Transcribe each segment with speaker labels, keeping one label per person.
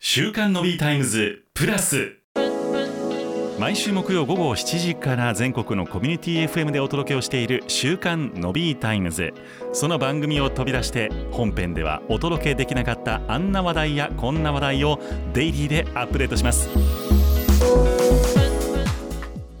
Speaker 1: 週刊のビータイムズプラス毎週木曜午後7時から全国のコミュニティ FM でお届けをしている週刊のビータイムズその番組を飛び出して本編ではお届けできなかったあんな話題やこんな話題をデイリーでアップデートします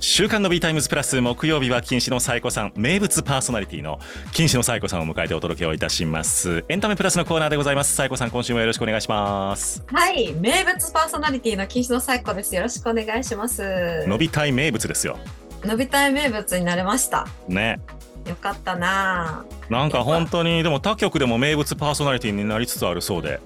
Speaker 1: 週刊の B タイムズプラス木曜日は金子の最古さん名物パーソナリティの金子の最古さんを迎えてお届けをいたしますエンタメプラスのコーナーでございます最古さん今週もよろしくお願いします
Speaker 2: はい、名物パーソナリティの金子の最子です。よろしくお願いします。
Speaker 1: 伸びたい名物ですよ
Speaker 2: 伸びたい名物になれました。
Speaker 1: ね
Speaker 2: よかったな
Speaker 1: なんか本当にでも他局でも名物パーソナリティになりつつあるそうで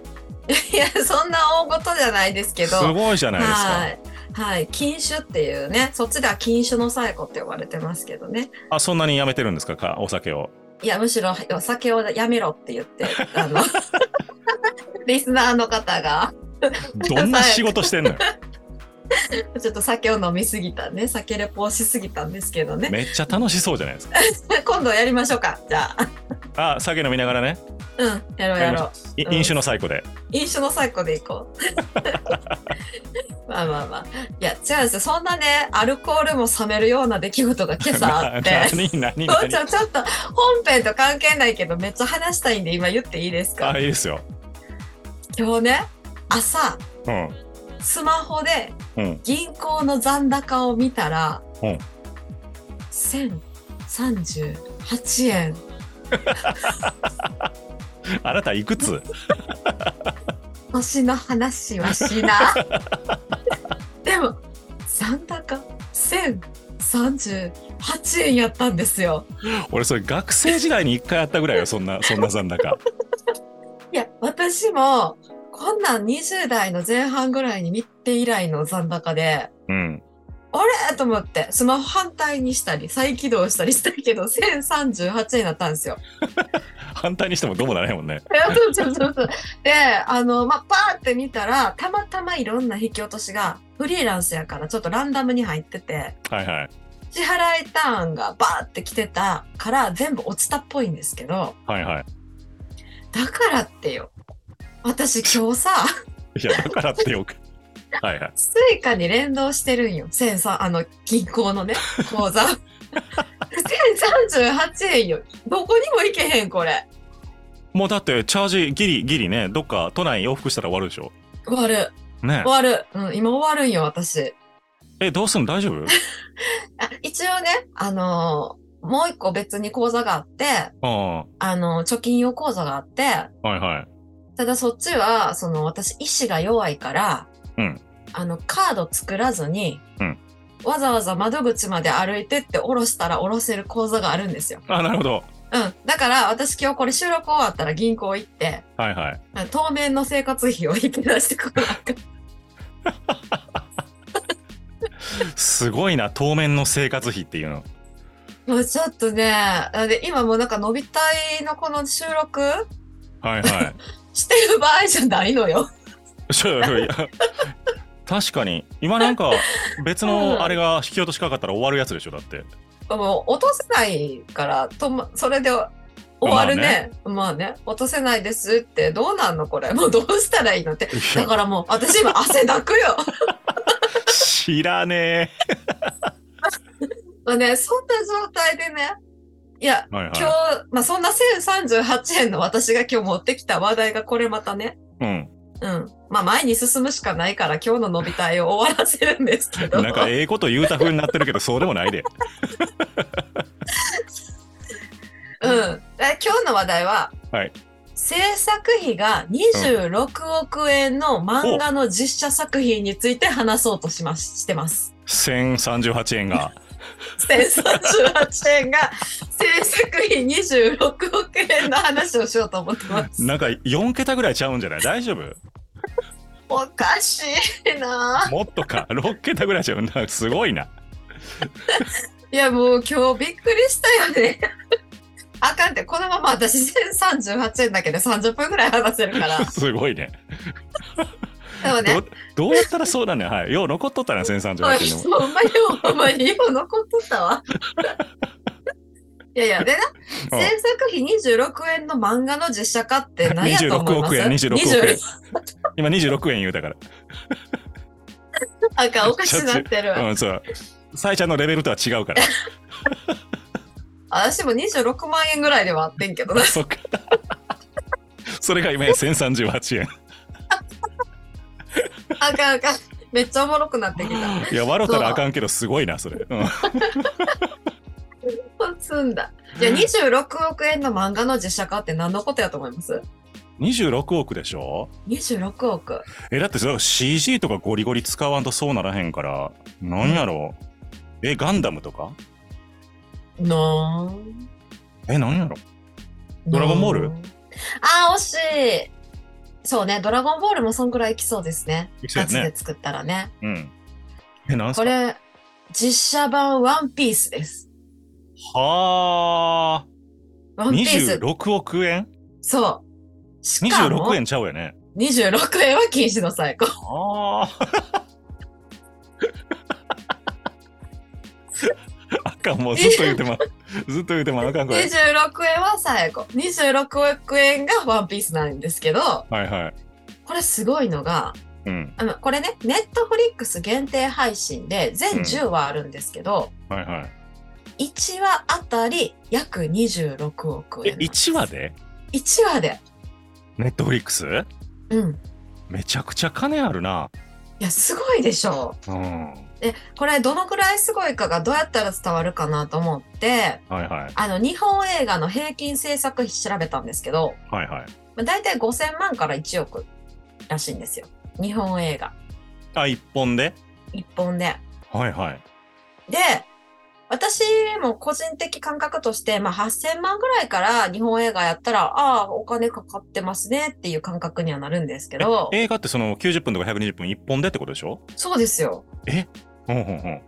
Speaker 2: ぁ。いや、そんな大事じゃないですけど。
Speaker 1: すごいじゃないです
Speaker 2: は
Speaker 1: か
Speaker 2: い。はい、禁酒っていうね、そっちでは禁酒の最子って呼ばれてますけどね。
Speaker 1: あそんなにやめてるんですかかお酒 を
Speaker 2: いや、むしろお酒をやめろって言って、あの、リスナーの方が、
Speaker 1: どんな仕事してんのよ
Speaker 2: ちょっと酒を飲みすぎたね、酒レポをしすぎたんですけどね。
Speaker 1: めっちゃ楽しそうじゃないですか
Speaker 2: 今度やりましょうか、じゃあ。
Speaker 1: あ酒飲みながらね
Speaker 2: うん、やろうやろう。
Speaker 1: い
Speaker 2: うん
Speaker 1: 飲酒の最古で
Speaker 2: 飲酒の最古で行こう。 まあまあまあ。いや、違うんですよ。そんなね、アルコールも冷めるような出来事が今朝あ って。
Speaker 1: 何何
Speaker 2: そう
Speaker 1: 何
Speaker 2: ちょちょっと本編と関係ないけどめっちゃ話したいんで今言っていいですか
Speaker 1: あいいですよ
Speaker 2: 今日ね朝
Speaker 1: うん
Speaker 2: スマホで
Speaker 1: うん
Speaker 2: 銀行の残高を見たら、
Speaker 1: うん
Speaker 2: 1038円
Speaker 1: あなたいくつ
Speaker 2: 年の話はしな。でも、残高1038円やったんですよ。
Speaker 1: 俺それ学生時代に一回あったぐらいよそんなそんな残高
Speaker 2: いや、私も、こんなん20代の前半ぐらいに見て以来の残高で、
Speaker 1: うん
Speaker 2: あれと思って、スマホ反対にしたり、再起動したりしたけど、1038円だったんですよ。
Speaker 1: 反対にしてもどうもならないもんね
Speaker 2: いやそうそうそうそうで、あの、まあ、パーって見たら、たまたまいろんな引き落としが、フリーランスやからちょっとランダムに入ってて、
Speaker 1: はいはい
Speaker 2: 支払いターンがバーって来てたから全部落ちたっぽいんですけど、
Speaker 1: はいはい
Speaker 2: だからってよ。私今日さ、
Speaker 1: いやだからってよくはいはい
Speaker 2: スイカに連動してるんよ。千三、あの、銀行のね、口座。1038円よ。どこにも行けへん、これ。
Speaker 1: もうだってチャージギリギリねどっか都内往復したら終わるでしょ
Speaker 2: 終わる。
Speaker 1: ね
Speaker 2: 終わる。うん、今終わるんよ、私。
Speaker 1: えどうすんの大丈 夫
Speaker 2: あ一応ね、あのーもう一個別に口座があって、
Speaker 1: あ
Speaker 2: あのー貯金用口座があって、
Speaker 1: あはいはい
Speaker 2: ただそっちは、その私、意志が弱いから、
Speaker 1: うん
Speaker 2: あの、カード作らずに、
Speaker 1: うん
Speaker 2: わざわざ窓口まで歩いてって下ろしたら下ろせる口座があるんですよ。
Speaker 1: あなるほど
Speaker 2: うん。だから私今日これ収録終わったら銀行行って、
Speaker 1: はいはい
Speaker 2: あの当面の生活費を引き出してこなあ かん
Speaker 1: すごいな当面の生活費っていうの
Speaker 2: もうちょっとね、あで今もうなんか伸びたいのこの収録
Speaker 1: はいは
Speaker 2: してる場合じゃないのよ。
Speaker 1: いちょいやいや確かに今なんか別のあれが引き落としかかったら終わるやつでしょだって
Speaker 2: もう落とせないからともそれで終わるね,、まあね落とせないですってどうなんのこれもう どうしたらいいのって
Speaker 1: い
Speaker 2: だ
Speaker 1: や
Speaker 2: からもう私今汗だくよ
Speaker 1: 知らね
Speaker 2: まあねそんな状態でねいや
Speaker 1: えはい
Speaker 2: 今日、まあ、そんな1038円の私が今日持ってきた話題がこれまたね
Speaker 1: うん、
Speaker 2: うんまあ前に進むしかないから今日の伸びたいを終わらせるんですけど
Speaker 1: なんかええこと言うた風になってるけどそうでもないで
Speaker 2: うん、え今日の話題は、
Speaker 1: はい
Speaker 2: 制作費が26億円の漫画の実写作品について話そうとしますし てます。
Speaker 1: 1038円が
Speaker 2: 1038円が制作費26億円の話をしようと思ってます。
Speaker 1: なんか4桁ぐらいちゃうんじゃない大丈夫
Speaker 2: おかしいな
Speaker 1: もっとか6桁 ぐらいちゃうんだすごいな
Speaker 2: ぁ。いやもう今日びっくりしたよね。あかんってこのまま私1038円だけで30分ぐらい話せるから。
Speaker 1: すごいね
Speaker 2: でもね
Speaker 1: どどうやったらそうなんねんはいよう残っとったな
Speaker 2: そう
Speaker 1: 1038円でも
Speaker 2: ほんまにほんまによう残っとったわ。いやいや、でな、
Speaker 1: うん
Speaker 2: 制作費26円の漫画の実写化って何やと思
Speaker 1: 26
Speaker 2: います
Speaker 1: 億円26億円
Speaker 2: 20
Speaker 3: から。
Speaker 1: 今26円言うだから
Speaker 2: あかん、おかしなってる。
Speaker 1: うん、そう。さえちゃんのレベルとは違う から。
Speaker 2: 私も26万円ぐらいではあってんけどな。
Speaker 1: そっか。 それが今や1038円。
Speaker 2: あかんあかん。めっちゃおもろくなってきた。
Speaker 1: いや、笑ったらあかんけど、すごいな、それ。うん、
Speaker 2: 積んだ。じゃあ26億円の漫画の実写化って何のことやと思います
Speaker 1: 26億でしょ
Speaker 2: ?26 億。
Speaker 1: え、だってそれ CG とかゴリゴリ使わんとそうならへんから、なんやろう。え、ガンダムとか
Speaker 2: のーん。
Speaker 1: え、なんやろドラゴンボール
Speaker 2: のんあー、惜しい。そうね、ドラゴンボールもそんくらいいきそうですね。
Speaker 1: いきそうやね
Speaker 2: 夏で作ったらね。
Speaker 1: うん。え、なんす
Speaker 2: こ
Speaker 1: か
Speaker 2: れ、実写版ワンピースです。
Speaker 1: は
Speaker 2: ワ
Speaker 1: あ。
Speaker 2: ンピース。
Speaker 1: 26億円
Speaker 2: そう。しかも
Speaker 1: ?26 円ちゃうよね。
Speaker 2: 26円は禁止の最 高。
Speaker 1: ああ。 あかん、もうずっと言うてまう。ずっと言うてまうあかん、これ。
Speaker 2: 26円は最高。26億円がワンピースなんですけど、
Speaker 1: はいはい。
Speaker 2: これすごいのが、
Speaker 1: うん。
Speaker 2: あのこれね、ネットフリックス限定配信で全10話あるんですけど、
Speaker 1: はいはい。
Speaker 2: 1話あたり約26億
Speaker 1: え
Speaker 2: 円、。
Speaker 1: 1話で
Speaker 2: 1話で。
Speaker 1: ネットフリックス
Speaker 2: うん。
Speaker 1: めちゃくちゃ金あるな。
Speaker 2: いや、すごいでしょ
Speaker 1: うん。は
Speaker 2: で、これどのくらいすごいかがどうやったら伝わるかなと思って、
Speaker 1: いはい。
Speaker 2: あの、日本映画の平均制作費調べたんですけど、
Speaker 1: はいはい。
Speaker 2: まあ、大体5000万から1億らしいんですよ。日本映画。
Speaker 1: あ、1本で
Speaker 2: 1本で。
Speaker 1: はいはい。
Speaker 2: で、私も個人的感覚として、まあ、8000万ぐらいから日本映画やったら、ああ、お金かかってますねっていう感覚にはなるんですけど、
Speaker 1: 映画ってその90分とか120分1本でってことでしょ
Speaker 2: そうですよ。
Speaker 1: うんうん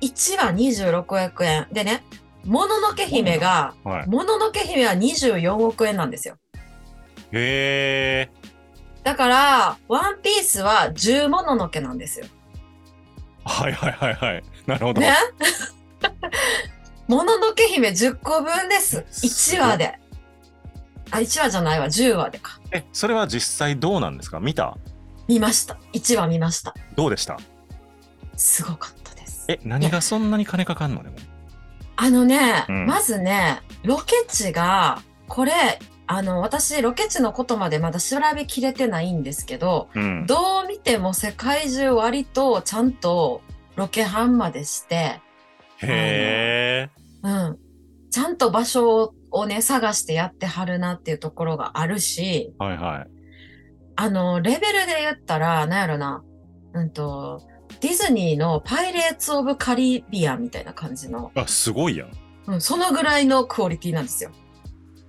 Speaker 2: 1話26億円。でね、もののけ姫が、
Speaker 1: うん。はい。
Speaker 2: もののけ姫は24億円なんですよ。
Speaker 1: へえ。
Speaker 2: だから、ワンピースは10もののけなんですよ。
Speaker 1: はいはいはいはい。なるほど。
Speaker 2: ね もののけ姫10個分です。
Speaker 1: すごい
Speaker 2: 1話で。あ、1話じゃないわ、10話でか。
Speaker 1: え、それは実際どうなんですか見た
Speaker 2: 見ました。1話見ました。
Speaker 1: どうでした
Speaker 2: すごかったです。
Speaker 1: え、何がそんなに金かかんのでも。
Speaker 2: あのね、
Speaker 1: うん
Speaker 2: まずね、ロケ地が、これ、あの、私、ロケ地のことまでまだ調べきれてないんですけど、
Speaker 1: うん。
Speaker 2: どう見ても世界中割とちゃんとロケハンまでして、
Speaker 1: へえ。
Speaker 2: うん。ちゃんと場所をね、探してやってはるなっていうところがあるし、
Speaker 1: はいはい。
Speaker 2: あの、レベルで言ったら、なんやろな、うんと、ディズニーのパイレーツ・オブ・カリビアンみたいな感じの、
Speaker 1: あ、すごいやん。
Speaker 2: うん、そのぐらいのクオリティなんですよ。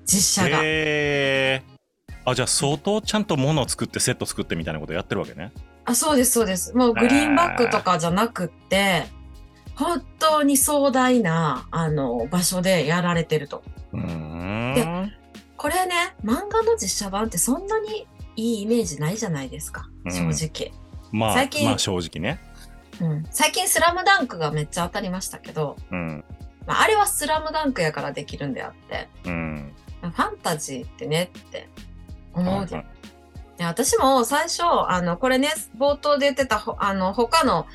Speaker 2: 実写が。
Speaker 1: へえ。あ、じゃあ相当ちゃんと物を作ってセット作ってみたいなことやってるわけね。
Speaker 2: あ、そうです、そうです。もうグリーンバックとかじゃなくって、本当に壮大な、あの、場所でやられてると。
Speaker 1: うーん。
Speaker 2: これね、漫画の実写版ってそんなにいいイメージないじゃないですか、
Speaker 1: うん
Speaker 2: 正直。
Speaker 1: まあ
Speaker 2: 最、近
Speaker 1: まあ正直ね。
Speaker 2: うん、最近、スラムダンクがめっちゃ当たりましたけど、
Speaker 1: うん。
Speaker 2: まあ、あれはスラムダンクやからできるんであって、
Speaker 1: うん。
Speaker 2: ファンタジーってねって思うで
Speaker 1: はい
Speaker 2: で私も最初、あの、これね、冒頭で言ってた、ほあの、他の、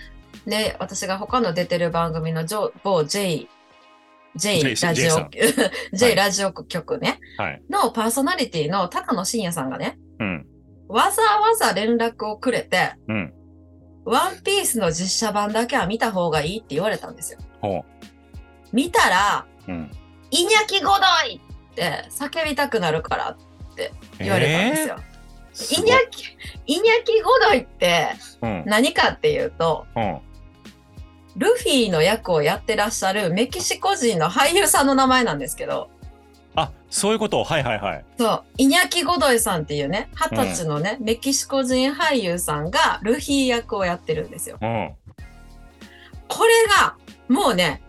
Speaker 2: ね、私が他の出てる番組のジョ、某 J、J
Speaker 1: ジェイ
Speaker 2: ラジ
Speaker 1: ジェイさ
Speaker 2: オ
Speaker 1: ん、は
Speaker 2: J
Speaker 1: い
Speaker 2: ラジオ局ね、
Speaker 1: はい。
Speaker 2: のパーソナリティの高野真也さんがね、
Speaker 1: うん。
Speaker 2: わざわざ連絡をくれて、
Speaker 1: うん。
Speaker 2: ワンピースの実写版だけは見た方がいいって言われたんですよ。
Speaker 1: ほ
Speaker 2: 見たら、
Speaker 1: う。うん。
Speaker 2: イニャキゴドイって叫びたくなるから言われたんですよ。
Speaker 1: す
Speaker 2: イ
Speaker 1: ご
Speaker 2: ニ
Speaker 1: い
Speaker 2: ャキ、イニャキゴドイって
Speaker 1: うん。
Speaker 2: 何かっていうと、
Speaker 1: うん。
Speaker 2: ルフィの役をやってらっしゃるメキシコ人の俳優さんの名前なんですけど、
Speaker 1: あ、そういうこと。はいはいはい。
Speaker 2: そう、イニャキゴドイさんっていうね、二十歳のね、メキシコ人俳優さんがルフィ役をやってるんですよ。
Speaker 1: うん。
Speaker 2: これが、もうね、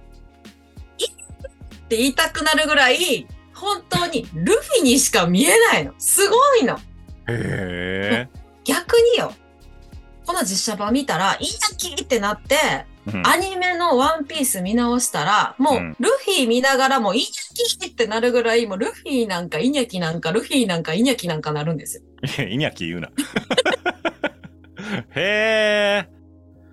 Speaker 2: いって言いたくなるぐらい、本当にルフィにしか見えないの。すごいの。
Speaker 1: へえ。
Speaker 2: 逆によ。この実写版見たら、いいやきってなって、
Speaker 1: うん
Speaker 2: アニメのワンピース見直したら、もう
Speaker 1: うん
Speaker 2: ルフィ見ながらもいいやきってなるぐらい、もうルフィなんかイニャキなんかルフィなんかイニャキなんかなるんですよ。
Speaker 1: いや、イニャキ言うな。へえ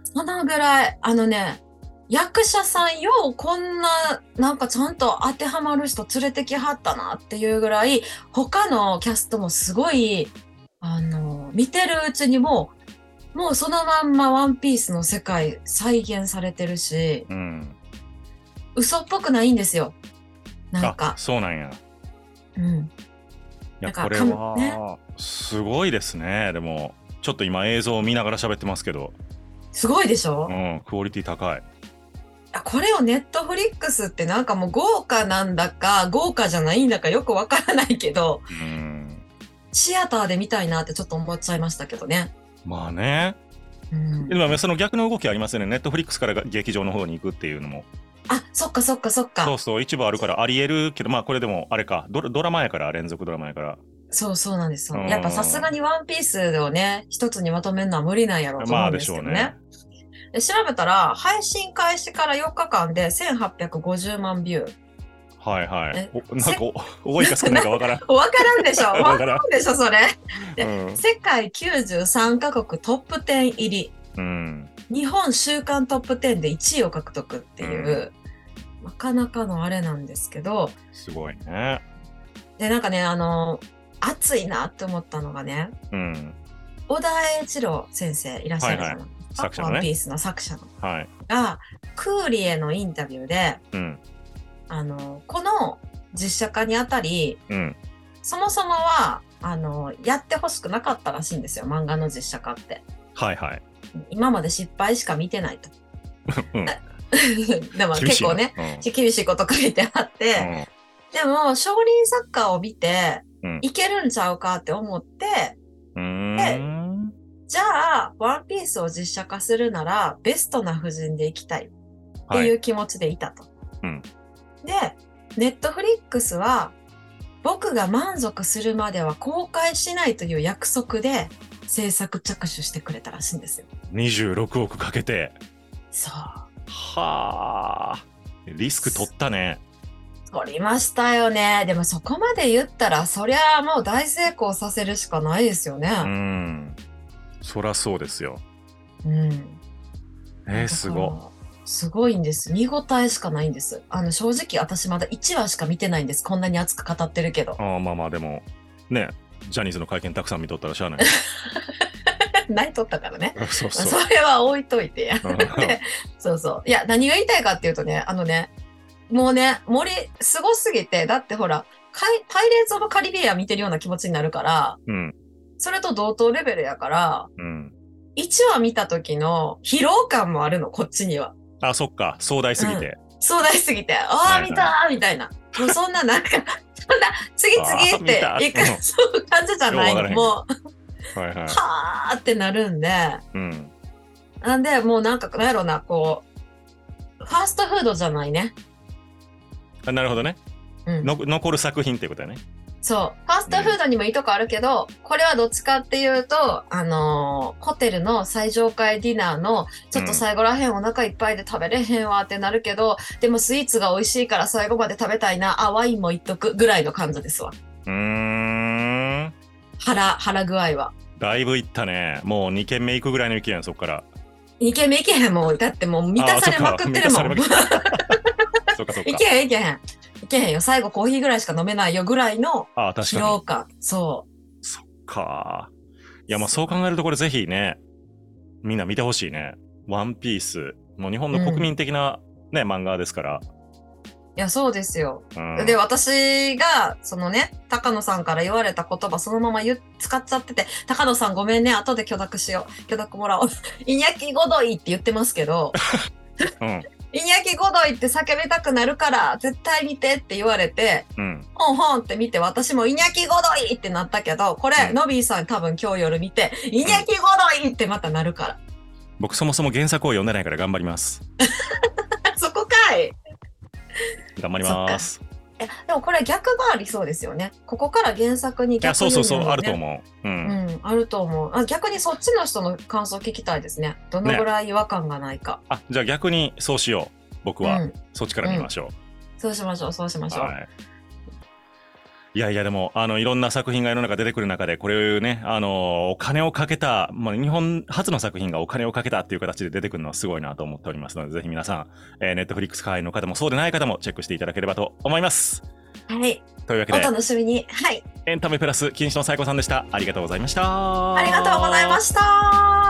Speaker 2: そのぐらい、あのね、役者さんようこんな、なんかちゃんと当てはまる人連れてきはったなっていうぐらい、他のキャストもすごい、あの、見てるうちにもう、もうそのまんまワンピースの世界再現されてるし、
Speaker 1: うん
Speaker 2: 嘘っぽくないんですよ。なん
Speaker 1: あ
Speaker 2: か、
Speaker 1: そうなんやい
Speaker 2: うん。な
Speaker 1: や
Speaker 2: んか
Speaker 1: これ
Speaker 2: かね
Speaker 1: はすごいですねでもちょっと今映像を見ながら喋ってますけど、
Speaker 2: すごいでしょ、
Speaker 1: うん、クオリティ高い
Speaker 2: あこれをネットフリックスってなんかもう豪華なんだか、豪華じゃないんだかよくわからないけど、
Speaker 1: うん
Speaker 2: シアターで見たいなってちょっと思っちゃいましたけどね。
Speaker 1: まあね
Speaker 2: うん
Speaker 1: でもその逆の動きありますよねネットフリックスからが劇場の方に行くっていうのも
Speaker 2: あ、そっかそっかそっ
Speaker 1: そ
Speaker 2: か
Speaker 1: う。そう一部あるからありえるけどまあこれでもあれかドラドラマやから連続ドラマやから
Speaker 2: そうそうなんですよ。
Speaker 1: うん
Speaker 2: やっぱさすがにワンピースをね、一つにまとめるのは無理なんやろうと
Speaker 1: ま
Speaker 2: 思う
Speaker 1: あ
Speaker 2: ん
Speaker 1: で
Speaker 2: で
Speaker 1: し
Speaker 2: す
Speaker 1: ょ
Speaker 2: け
Speaker 1: う
Speaker 2: ど
Speaker 1: ね
Speaker 2: ね。で調べたら、配信開始から4日間で1850万ビュー。
Speaker 1: はいはい
Speaker 2: え
Speaker 1: おなんかお多いか少ないかわ からん、
Speaker 2: わからんでしょ
Speaker 1: わ
Speaker 2: わ
Speaker 1: か
Speaker 2: から
Speaker 1: ん
Speaker 2: らんでしょそれ。
Speaker 1: う
Speaker 2: で
Speaker 1: ん
Speaker 2: 世界93カ国トップ10入り。
Speaker 1: うん、
Speaker 2: 日本週間トップ10で1位を獲得っていう、なかなかのあれなんですけど、
Speaker 1: すごいね
Speaker 2: で、なんかね、あの、熱いなって思ったのがね、
Speaker 1: うん
Speaker 2: 小田栄一郎先生いらっしゃるじゃない
Speaker 1: はい
Speaker 2: ですか、
Speaker 1: はい作者のね
Speaker 2: ワンピースの作者の
Speaker 1: はい
Speaker 2: が、クーリエのインタビューで、
Speaker 1: うん
Speaker 2: あの、この実写化にあたり、
Speaker 1: うん
Speaker 2: そもそもは、あの、やってほしくなかったらしいんですよ、漫画の実写化って。
Speaker 1: はいはい
Speaker 2: 今まで失敗しか見てないと。
Speaker 1: うん
Speaker 2: でも
Speaker 1: 厳し
Speaker 2: 結
Speaker 1: いな
Speaker 2: 構ね、厳しいこと書いてあって、でも、少林サッカーを見て、
Speaker 1: うん
Speaker 2: いけるんちゃうかって思って、
Speaker 1: うんう
Speaker 2: で
Speaker 1: ーん
Speaker 2: じゃあ、ワンピースを実写化するなら、ベストな布陣でいきたいって
Speaker 1: はいいう
Speaker 2: 気持ちでいたと。
Speaker 1: うん
Speaker 2: で、ネットフリックスは、僕が満足するまでは公開しないという約束で制作着手してくれたらしいんですよ。
Speaker 1: 26億かけて
Speaker 2: そう。
Speaker 1: はあリスク取ったね
Speaker 2: 取りましたよね。でもそこまで言ったら、そりゃあもう大成功させるしかないですよ
Speaker 1: う
Speaker 2: ね。
Speaker 1: んそらそうですよ
Speaker 2: うん。
Speaker 1: えー、すご
Speaker 2: い。すごいんです。見応えしかないんです。あの、正直私まだ1話しか見てないんです。こんなに熱く語ってるけど
Speaker 1: あ。ーまあまあでもねジャニーズの会見たくさん見とったらし ゃあない
Speaker 2: 何撮ったからね。
Speaker 1: そう
Speaker 2: そ
Speaker 1: そう
Speaker 2: れは置いといて や。
Speaker 1: うん
Speaker 2: でそうそう。いや、何が言いたいかっていうとね、あのね、もうね、森、すごすぎて、だってほら、かいパイレーツ・オブ・カリビア見てるような気持ちになるから、
Speaker 1: うん
Speaker 2: それと同等レベルやから、
Speaker 1: うん
Speaker 2: 1話見た時の疲労感もあるの、こっちには。
Speaker 1: あそっか壮大すぎて、
Speaker 2: 壮大すぎて、
Speaker 1: は
Speaker 2: あ
Speaker 1: い
Speaker 2: あ、
Speaker 1: はい
Speaker 2: 見たーみたいな。もうそんな、なんか、そんな、次
Speaker 1: あー見た
Speaker 2: 々ってい
Speaker 1: うん
Speaker 2: く、そういう感じじゃない
Speaker 1: ようわから
Speaker 2: の。
Speaker 1: へん
Speaker 2: もう、
Speaker 1: はいはい
Speaker 2: はーってなるんで、
Speaker 1: うん
Speaker 2: なんで、もうなんか、なんやろな、こう、ファーストフードじゃないね。
Speaker 1: あなるほどね
Speaker 2: うん。
Speaker 1: の残る作品ってことやね
Speaker 2: そう。ファーストフードにもいいとこあるけど、これはどっちかっていうと、あのーホテルの最上階ディナーの、ちょっと最後らへんお腹いっぱいで食べれへんわってなるけど、でもスイーツが美味しいから最後まで食べたいな、あ、ワインもいっとくぐらいの感じですわ。
Speaker 1: うーん
Speaker 2: 腹、腹具合は。
Speaker 1: だいぶいったねもう2軒目行くぐらいの勢いやんそっ から
Speaker 2: いけへんいけへんもうだってもう満たされまくってるもん
Speaker 1: あ
Speaker 2: い
Speaker 1: そっか満たされまくってるそっかそっか
Speaker 2: けへ んいけへんいけへんよ最後コーヒーぐらいしか飲めないよぐらいの
Speaker 1: あ確か
Speaker 2: 疲労
Speaker 1: に
Speaker 2: 感そう
Speaker 1: そっかいやまあそう考えるとこれぜひねみんな見てほしいね「ワンピースもう日本の国民的な、ね漫画ですから、
Speaker 2: いやそうですよ、
Speaker 1: うん、
Speaker 2: で私がそのね高野さんから言われた言葉そのまま言っ使っちゃってて「高野さんごめんね後で許諾しよう許諾もらおう」 「イニャキゴドイ」って言ってますけど
Speaker 1: うん
Speaker 2: 「イニャキゴドイ」って叫びたくなるから絶対見てって言われて
Speaker 1: うん
Speaker 2: ほんほんって見て、私もイニャキゴドイってなったけど、これ、
Speaker 1: うん
Speaker 2: ノビーさん多分今日夜見て、イニャキゴドイってまたなるか
Speaker 1: 僕そもそも原作を読んでないから頑張ります
Speaker 2: ら。そこかい。い
Speaker 1: 頑張ります
Speaker 2: やでもこれ逆がありそうですよね。ここから原作に
Speaker 1: いや
Speaker 2: 逆
Speaker 1: そうそうそう、
Speaker 2: 輸入
Speaker 1: あ
Speaker 2: の
Speaker 1: る
Speaker 2: ね
Speaker 1: と思ううん、
Speaker 2: うん、あると思うあ。逆にそっちの人の感想聞きたいですね。どのぐらい違和感がないか。
Speaker 1: あじゃあ逆にそうしよう僕は、
Speaker 2: うん。
Speaker 1: そっちから見ましょ
Speaker 2: そうしましょう、そうしま
Speaker 1: う、
Speaker 2: しょう。
Speaker 1: はいいやいやでもあのいろんな作品が世の中出てくる中でこれをねあのお金をかけた、まあ、日本初の作品がお金をかけたっていう形で出てくるのはすごいなと思っておりますのでぜひ皆さん、えー、ネットフリックス会員の方もそうでない方もチェックしていただければと思います
Speaker 2: はい、
Speaker 1: というわけ
Speaker 2: お
Speaker 1: で
Speaker 2: 楽しみに。はい、
Speaker 1: エンタメプラス金子のサイコさんでしたありがとうございました
Speaker 2: ありがとうございました。